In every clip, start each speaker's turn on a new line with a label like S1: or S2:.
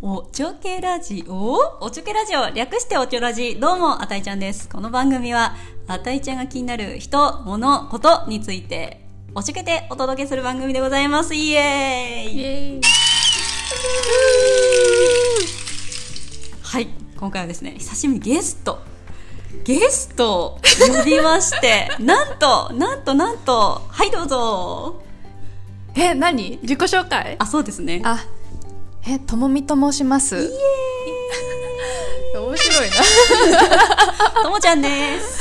S1: おちょけラジオおちょけラジオ略しておちょラジどうもあたいちゃんですこの番組はあたいちゃんが気になる人物ことについておちょけてお届けする番組でございますイエーイ
S2: イエーイ
S1: はい今回はですね久しぶりにゲストゲストを呼びまして なんとなんとなんとはいどうぞ
S2: え何自己紹介
S1: あそうですね
S2: あえともみと申しますイエーイ面白い
S1: ともちゃんです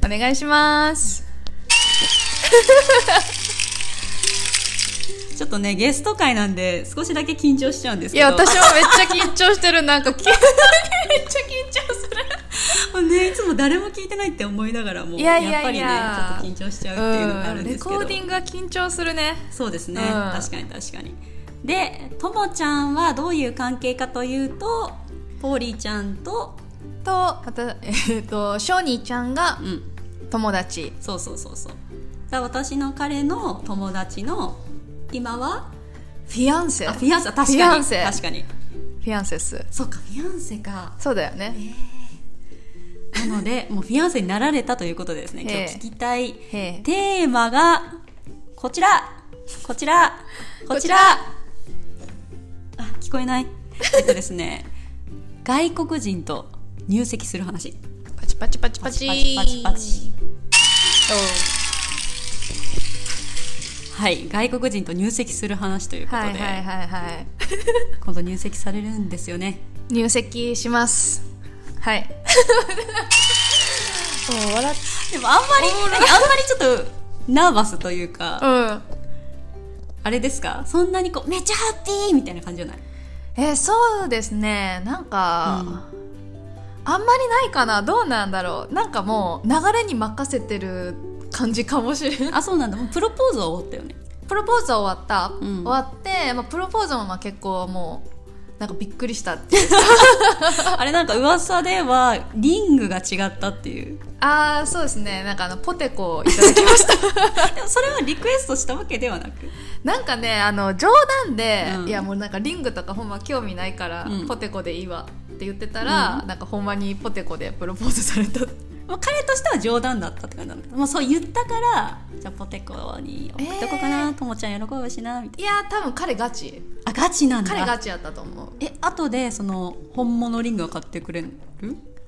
S2: なお願いします
S1: ちょっとねゲスト会なんで少しだけ緊張しちゃうんです
S2: い
S1: けど
S2: や私はめっちゃ緊張してるなんかき めっちゃ緊張する
S1: もうね、いつも誰も聞いてないって思いながらも
S2: いやいやいや
S1: っぱりねちょっと緊張しちゃうっていうのがあるんで
S2: レ
S1: すけ
S2: コ
S1: ど
S2: ーディングが緊張するね
S1: そうですね、
S2: うん
S1: 確かに確かにでともちゃんはどういう関係かというとポーリーちゃんと
S2: とまたえっ、とショーニーちゃんが
S1: うん
S2: 友達
S1: そうそうそうそうだ私の彼の友達の今は
S2: フィアンセ
S1: あ
S2: フ
S1: フィアンセ確かに
S2: フィ
S1: 確かに
S2: アンセィアンセっす
S1: そうかフィアンセか
S2: そうだよね
S1: なのでもうフィアンセになられたということでですね今
S2: ええ
S1: 日聞きたい
S2: ええ
S1: テーマがこちらこちらこちらあ聞こえないえっとですね 外国人と入籍する話
S2: パチパチパチパチ
S1: パチパチパチはい外国人と入籍する話という
S2: お
S1: ことで、
S2: はいはいはいはい
S1: 今度入籍されるんですよね
S2: 入籍しますはい もう笑っ
S1: でもあんまりなんかあんまりちょっとナーバスというか、
S2: うん
S1: あれですかそんなにこうめっちゃハッピーみたいな感じじゃない
S2: えーそうですねなんか、あんまりないかなどうなんだろうなんかもう流れに任せてる感じかもしれない
S1: あそうなんだもうプロポーズは終わったよね
S2: プロポーズは終わった、
S1: ん
S2: 終わって、まあ、プロポーズもまあ結構もうなんかびっくりしたっていう
S1: あれなんか噂ではリングが違ったっていう
S2: ああそうですねなんかあのポテコをいただきました
S1: でもそれはリクエストしたわけではなく
S2: なんかねあの冗談で、
S1: うん
S2: いやもうなんかリングとかほんま興味ないから、
S1: うん
S2: ポテコでいいわって言ってたら、なんかほんまにポテコでプロポーズされた
S1: もう彼としては冗談だったって感じなんだけどもうそう言ったからじゃあポテコに送っとこうかな、ともちゃん喜ぶしなみたい
S2: いや多分彼ガチ
S1: なあガチなんだ
S2: 彼ガチやったと思う
S1: え後でその本物リングは買ってくれる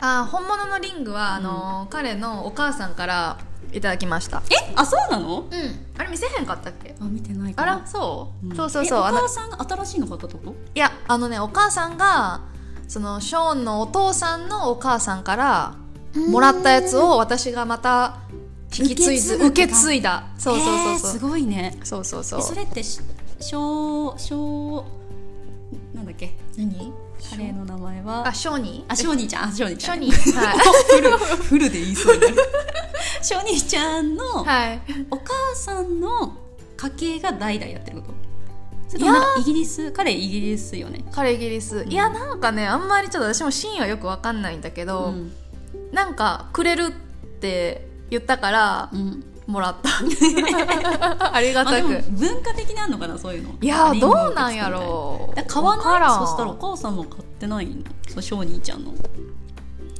S2: あー本物のリングは、あのー彼のお母さんからいただきました
S1: えあそうなの
S2: うんあれ見せへんかったっけ
S1: あ見てないか
S2: あ
S1: な
S2: らそう、
S1: ん
S2: そうそうそう
S1: えお
S2: あの
S1: 母さんが新しいの買ったってこと
S2: いやあのねお母さんがそのショーンのお父さんのお母さんからもらったやつを私がまた引き継いず
S1: 受
S2: 受
S1: け継ぐって
S2: け
S1: か
S2: 継いだそうそうそう
S1: えー
S2: そ
S1: す
S2: う
S1: ごいね
S2: そうそうそ
S1: え
S2: う
S1: それってし小小なんだっけ
S2: 何
S1: 彼の名前は
S2: あショーニー
S1: あ、ショーニーちゃん、あ、ショーニーち
S2: シ
S1: ゃ
S2: ョー
S1: ん。
S2: ニーは
S1: フル、フルで言いそうになる。 ショーニーちゃんの
S2: い、はい、
S1: お母さんの家系が代々やってること。それと
S2: いや
S1: も
S2: ー
S1: なんかイギリス、彼イギリスよね。
S2: 彼イギリスいやなんかねあんまりちょっと私も真意はよくわかんないんだけ
S1: う
S2: ど、
S1: ん。
S2: なんかくれるって言ったから
S1: うん。
S2: もらった ありが
S1: まあ
S2: た
S1: で
S2: く、
S1: も文化的なのかな、そういうの。
S2: いやー
S1: リンゴ
S2: ど
S1: を使
S2: うなんやろ
S1: み
S2: う
S1: たいなだから
S2: わ
S1: 買
S2: から
S1: わ
S2: ん
S1: ないそしたらお母さんも買ってないの。そう、ショーニーちゃんの。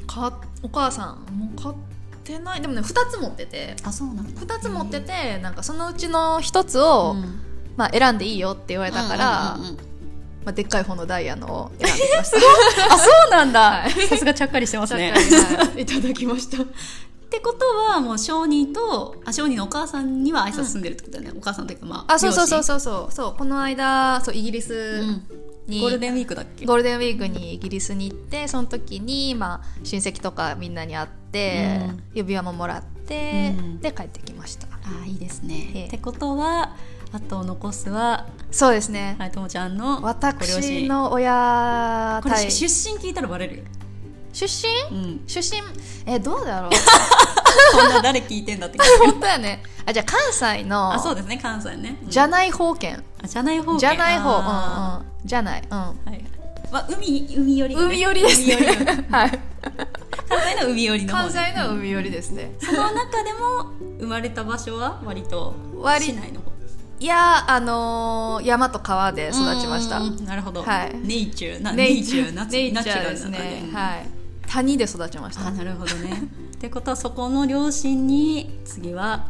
S2: かお母さんもう買ってないでもね2つ持ってて
S1: あ、そうなんだ。
S2: 2つ持っててなんかそのうちの1つ
S1: う
S2: を、
S1: ん
S2: まあ、選んでいいよって言われたから、
S1: うんうんうんうん
S2: まあ、でっかい方のダイヤのを選んでき ました
S1: あ、そうなんだ
S2: は。
S1: さすがちゃっかりしてますね。
S2: はい はいいただきました
S1: ってことはもう小児とあ小児のお母さんには挨拶住んでるってことだよね、お母さんというかまあ
S2: あそうそうそう
S1: 両
S2: そうそうそうこの間そうイギリス
S1: 親うん
S2: に、
S1: ゴールデンウィークだっけ
S2: ゴールデンウィークにイギリスに行ってその時に、まあ、親戚とかみんなに会って、
S1: うん
S2: 指輪ももらって、
S1: うん
S2: で帰ってきました
S1: あいいです
S2: え
S1: ね
S2: え
S1: ってことはあと残すは
S2: そうですね、
S1: はいともちゃんのご両
S2: 私
S1: 親
S2: の親
S1: これ
S2: 対
S1: 出身聞いたらバレるよ、
S2: 出身
S1: うん、
S2: 出身えど うだろう
S1: こんな誰聞いてんだって
S2: 本当やねあじゃあ関西の
S1: あそうですね関西ね、うん
S2: じゃない方県
S1: あじゃない方
S2: じゃない方、
S1: あ
S2: うんうん、じゃない、うん、
S1: ーはいまあ、海海寄り、ね、
S2: 海寄りですね
S1: 海寄りの
S2: はい
S1: 関西の海寄りの方
S2: 関
S1: ね
S2: 西の海寄りですね
S1: その中でも生まれた場所は割と
S2: 割
S1: 市内の方
S2: いやあのー山と川で育ちました
S1: うんなるほど、
S2: はい
S1: ネイチューな
S2: ネ
S1: ネイ
S2: イ
S1: チ
S2: チ
S1: ュ
S2: ュ
S1: ー
S2: ー
S1: ナチ
S2: ネイチ
S1: ナチュ
S2: ャ
S1: ラ
S2: ー
S1: ル
S2: です
S1: な感
S2: ね
S1: じ、
S2: はい谷で育ちました
S1: あなるほどねってことはそこの両親に次は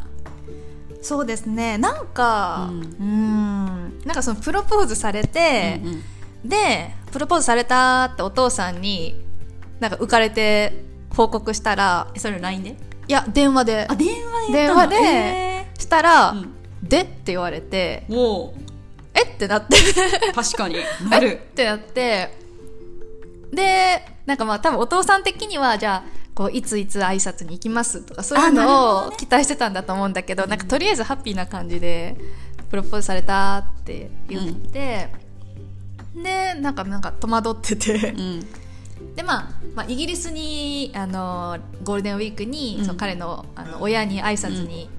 S2: そうですねなんか
S1: う
S2: うんんなんかそのプロポーズされて、
S1: うんうん
S2: でプロポーズされたってお父さんになんか浮かれて報告したら
S1: えそれ LINE で
S2: いや電話で
S1: あ電話で
S2: 電
S1: 言った
S2: 話
S1: の
S2: で
S1: え
S2: したら、
S1: うん
S2: でって言われて
S1: ーおー
S2: えってなって
S1: 確かにな
S2: えっ
S1: る
S2: て なってでなんかまあ多分お父さん的にはじゃあこういついつ挨拶に行きますとかそういう
S1: あなるほ
S2: の
S1: ど
S2: を
S1: ね
S2: 期待してたんだと思うんだけどなんかとりあえずハッピーな感じでプロポーズされたって言って、でなんかなんか戸惑ってて
S1: うん
S2: で、まあ、まあイギリスにあのゴールデンウィークに、
S1: うん
S2: その彼のあの親に挨拶に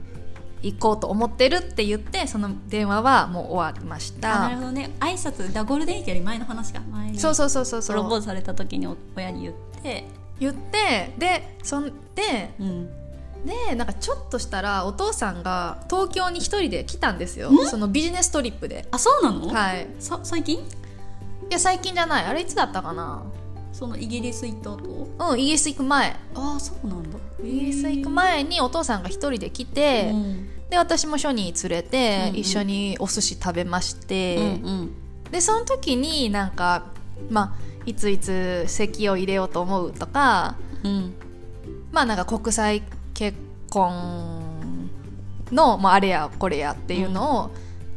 S2: 行こうと思ってるって言ってその電話はもう終わりまし
S1: あなる
S2: た
S1: ほ。どね挨拶だゴールデンウィークより前の話か前に
S2: そうそうそうそうそ
S1: プ
S2: う
S1: ロポーズされた時にお親に言って
S2: 言ってでそんで
S1: うん
S2: でなんかちょっとしたらお父さんが東京に一人で来たんですよそのビジネストリップで
S1: あそうなの、
S2: はいい
S1: さ最近
S2: や最近じゃないあれいつだったかな
S1: そのイギリス行った後
S2: うんイギリス行く前
S1: ああそうなんだ
S2: イギリス行く前にお父さんが一人で来て、
S1: うん
S2: で私も書に連れて、
S1: うんうん
S2: 一緒にお寿司食べまして、
S1: うん
S2: でその時になんかまあいついつ席を入れようと思うとか
S1: うんうん
S2: まあなんか国際結婚の、まあ、あれやこれやっていうのを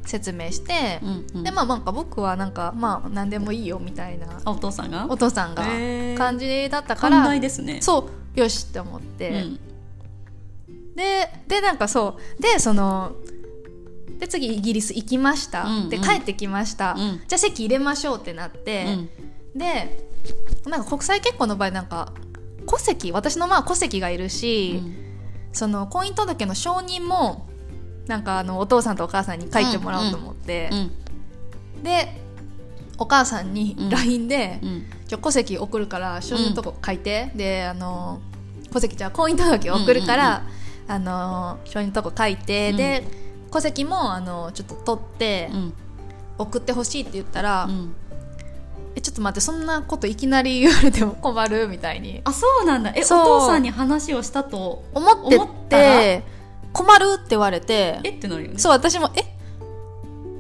S2: 説明して
S1: う、んうん
S2: でまあなんか僕はなんかまあ何でもいいよみたいな
S1: あお父さんが
S2: お父さんが
S1: へー
S2: 感じだったか
S1: 寛
S2: ら、
S1: 大ですね
S2: そうよしって思って、
S1: うん
S2: ででなんかそうでそので次イギリス行きました、
S1: うんうん
S2: で帰ってきました、
S1: うん
S2: じゃあ席入れましょうってなって、
S1: うん
S2: でなんか国際結婚の場合なんか戸籍私のまあ戸籍がいるし、その婚姻届の承認もなんかあのお父さんとお母さんに書いてもらおうと思って、
S1: うん
S2: でお母さんに
S1: うん
S2: LINE で
S1: うん
S2: 「ちょ戸籍送るから承認のとこ書いて」であの戸籍じゃあ婚姻届送るから、あの承認のとこ書いて、
S1: うん
S2: で戸籍もあのちょっと取って
S1: うん
S2: 送ってほしいって言ったら
S1: う
S2: 「
S1: ん
S2: えちょっと待ってそんなこといきなり言われても困る」みたいに
S1: あそうなんだえお
S2: そう
S1: 父さんに話をしたと
S2: 思って
S1: 思ったら
S2: て「困る」って言われて
S1: えってなるよね
S2: そう、私も、え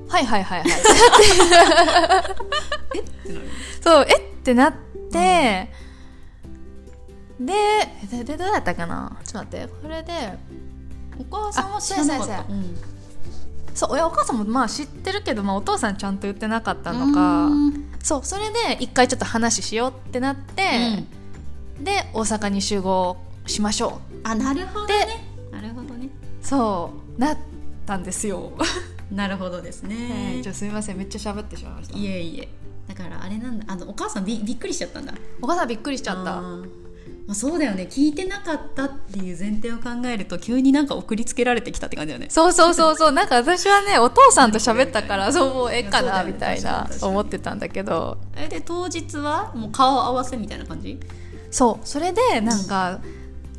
S2: はいはいはいはい。
S1: ってなるよね
S2: そう、えってなって、で、で、で、どうだったかなちょっと待って、これで、
S1: お母さんは
S2: あ
S1: 知らなかった
S2: そうそう、いやお母さんもまあ知ってるけど、まあお父さんちゃんと言ってなかったのか、そう、それで一回ちょっと話しようってなって、で、大阪に集合しましょう
S1: あなるほどねなるほどね
S2: そう、なったんですよ。
S1: なるほどです ね
S2: ちょすみません、めっちゃ喋ってしまいました。
S1: いえいえだからあれなんだあのお母さんびびっくりしちゃったんだ
S2: お母さんびっくりしちゃっ
S1: あ
S2: た。
S1: ーまあ、そうだよね聞いてなかったっていう前提を考えると急になんか送りつけられてきたって感じだよね
S2: そうそうそう そうなんか私はねお父さんと喋ったからそうもうええか
S1: いやそうだ
S2: な
S1: よね
S2: みたい
S1: 確かに
S2: な
S1: 確かに
S2: 思ってたんだけど
S1: えで当日はもう顔合わせみたいな感じ
S2: そうそれでなんか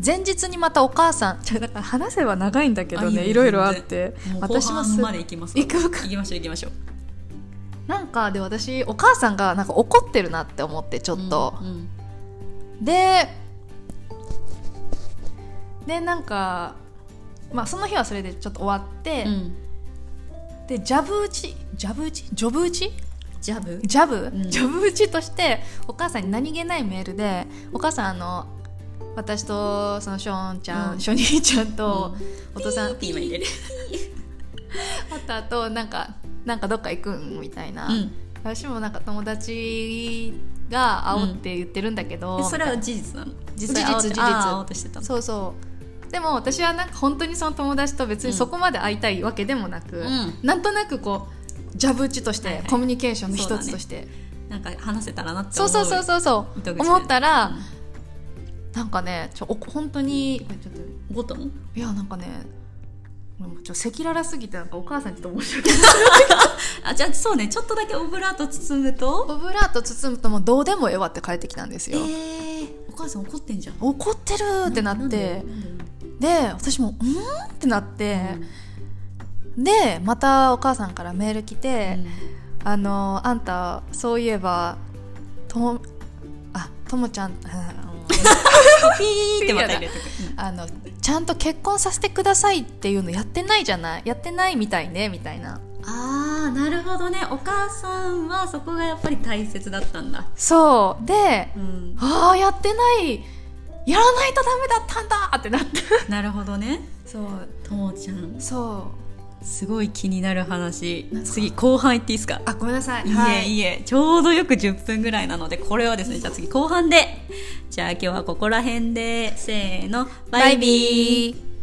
S2: 前日にまたお母さんちょだから話せば長いんだけど
S1: あいいよ
S2: ねいろいろあって
S1: もう後
S2: 私も
S1: 半
S2: す
S1: まで行きます
S2: 行くか
S1: 行きましょう行きましょう
S2: なんかで私お母さんがなんか怒ってるなって思ってちょっと、
S1: うんうん
S2: ででなんかまあその日はそれでちょっと終わって、
S1: うん
S2: でジャブ打ちジャブ打ちジョブ打ち
S1: ジャブ
S2: ジャブ、
S1: うん
S2: ジャブ打ちとしてお母さんに何気ないメールでお母さんあの私とそのショーンちゃん、
S1: うん
S2: ショニーちゃんと
S1: う
S2: お父さん、
S1: ピーって今入れる
S2: あとあとなんかなんかどっか行くんみたいな、
S1: うん
S2: 私もなんか友達が煽って言ってるんだけど、
S1: えそれは事実なの
S2: 実
S1: 際会おう
S2: 事実
S1: あー会おうとしてたの
S2: そうそうでも私はなんか本当にその友達と別にそこまで会いたいわけでもなく、
S1: うん
S2: なんとなくこうジャブ打ちとし
S1: はい
S2: て
S1: はい
S2: コミュニケーションの
S1: そう
S2: 一
S1: だ
S2: つ
S1: ね
S2: として、
S1: なんか話せたらなって
S2: そ
S1: 思
S2: う
S1: う
S2: そうそうそうそ
S1: 糸口
S2: う
S1: で
S2: 思ったら、
S1: うん
S2: なんかねちょお本当にちょっと
S1: ボトム
S2: いやなんかねもうちょっと赤裸々すぎてなんかお母さんちょっと申し訳ない
S1: あじゃあそうねちょっとだけオブラート包むと
S2: オブラート包むともうどうでもええわって帰ってきたんです
S1: え
S2: よ、
S1: ー、お母さん怒ってんじゃん
S2: 怒ってるってなって
S1: んでなんで
S2: で私も「うん?」ってなって、でまたお母さんからメール来て「あのあんたそういえばともあともちゃん」
S1: ピーってまた入れてくる
S2: あのちゃんと結婚させてくださいっていうのやってないじゃないやってないみたいねみたいな
S1: あーなるほどねお母さんはそこがやっぱり大切だったんだ、
S2: そうで
S1: うん、
S2: ああやってないやらないとダメだったんだってなって
S1: なるほどね
S2: そう
S1: ともちゃん
S2: そ
S1: すごい気になる話
S2: なんすか
S1: 次後半いっていいですか
S2: うあごめんなさい
S1: い
S2: は
S1: えいえちょうどよく10分ぐらいなのでこれはですねじゃあ次後半でじゃあ今日はここら辺でせーのバイビー
S2: ー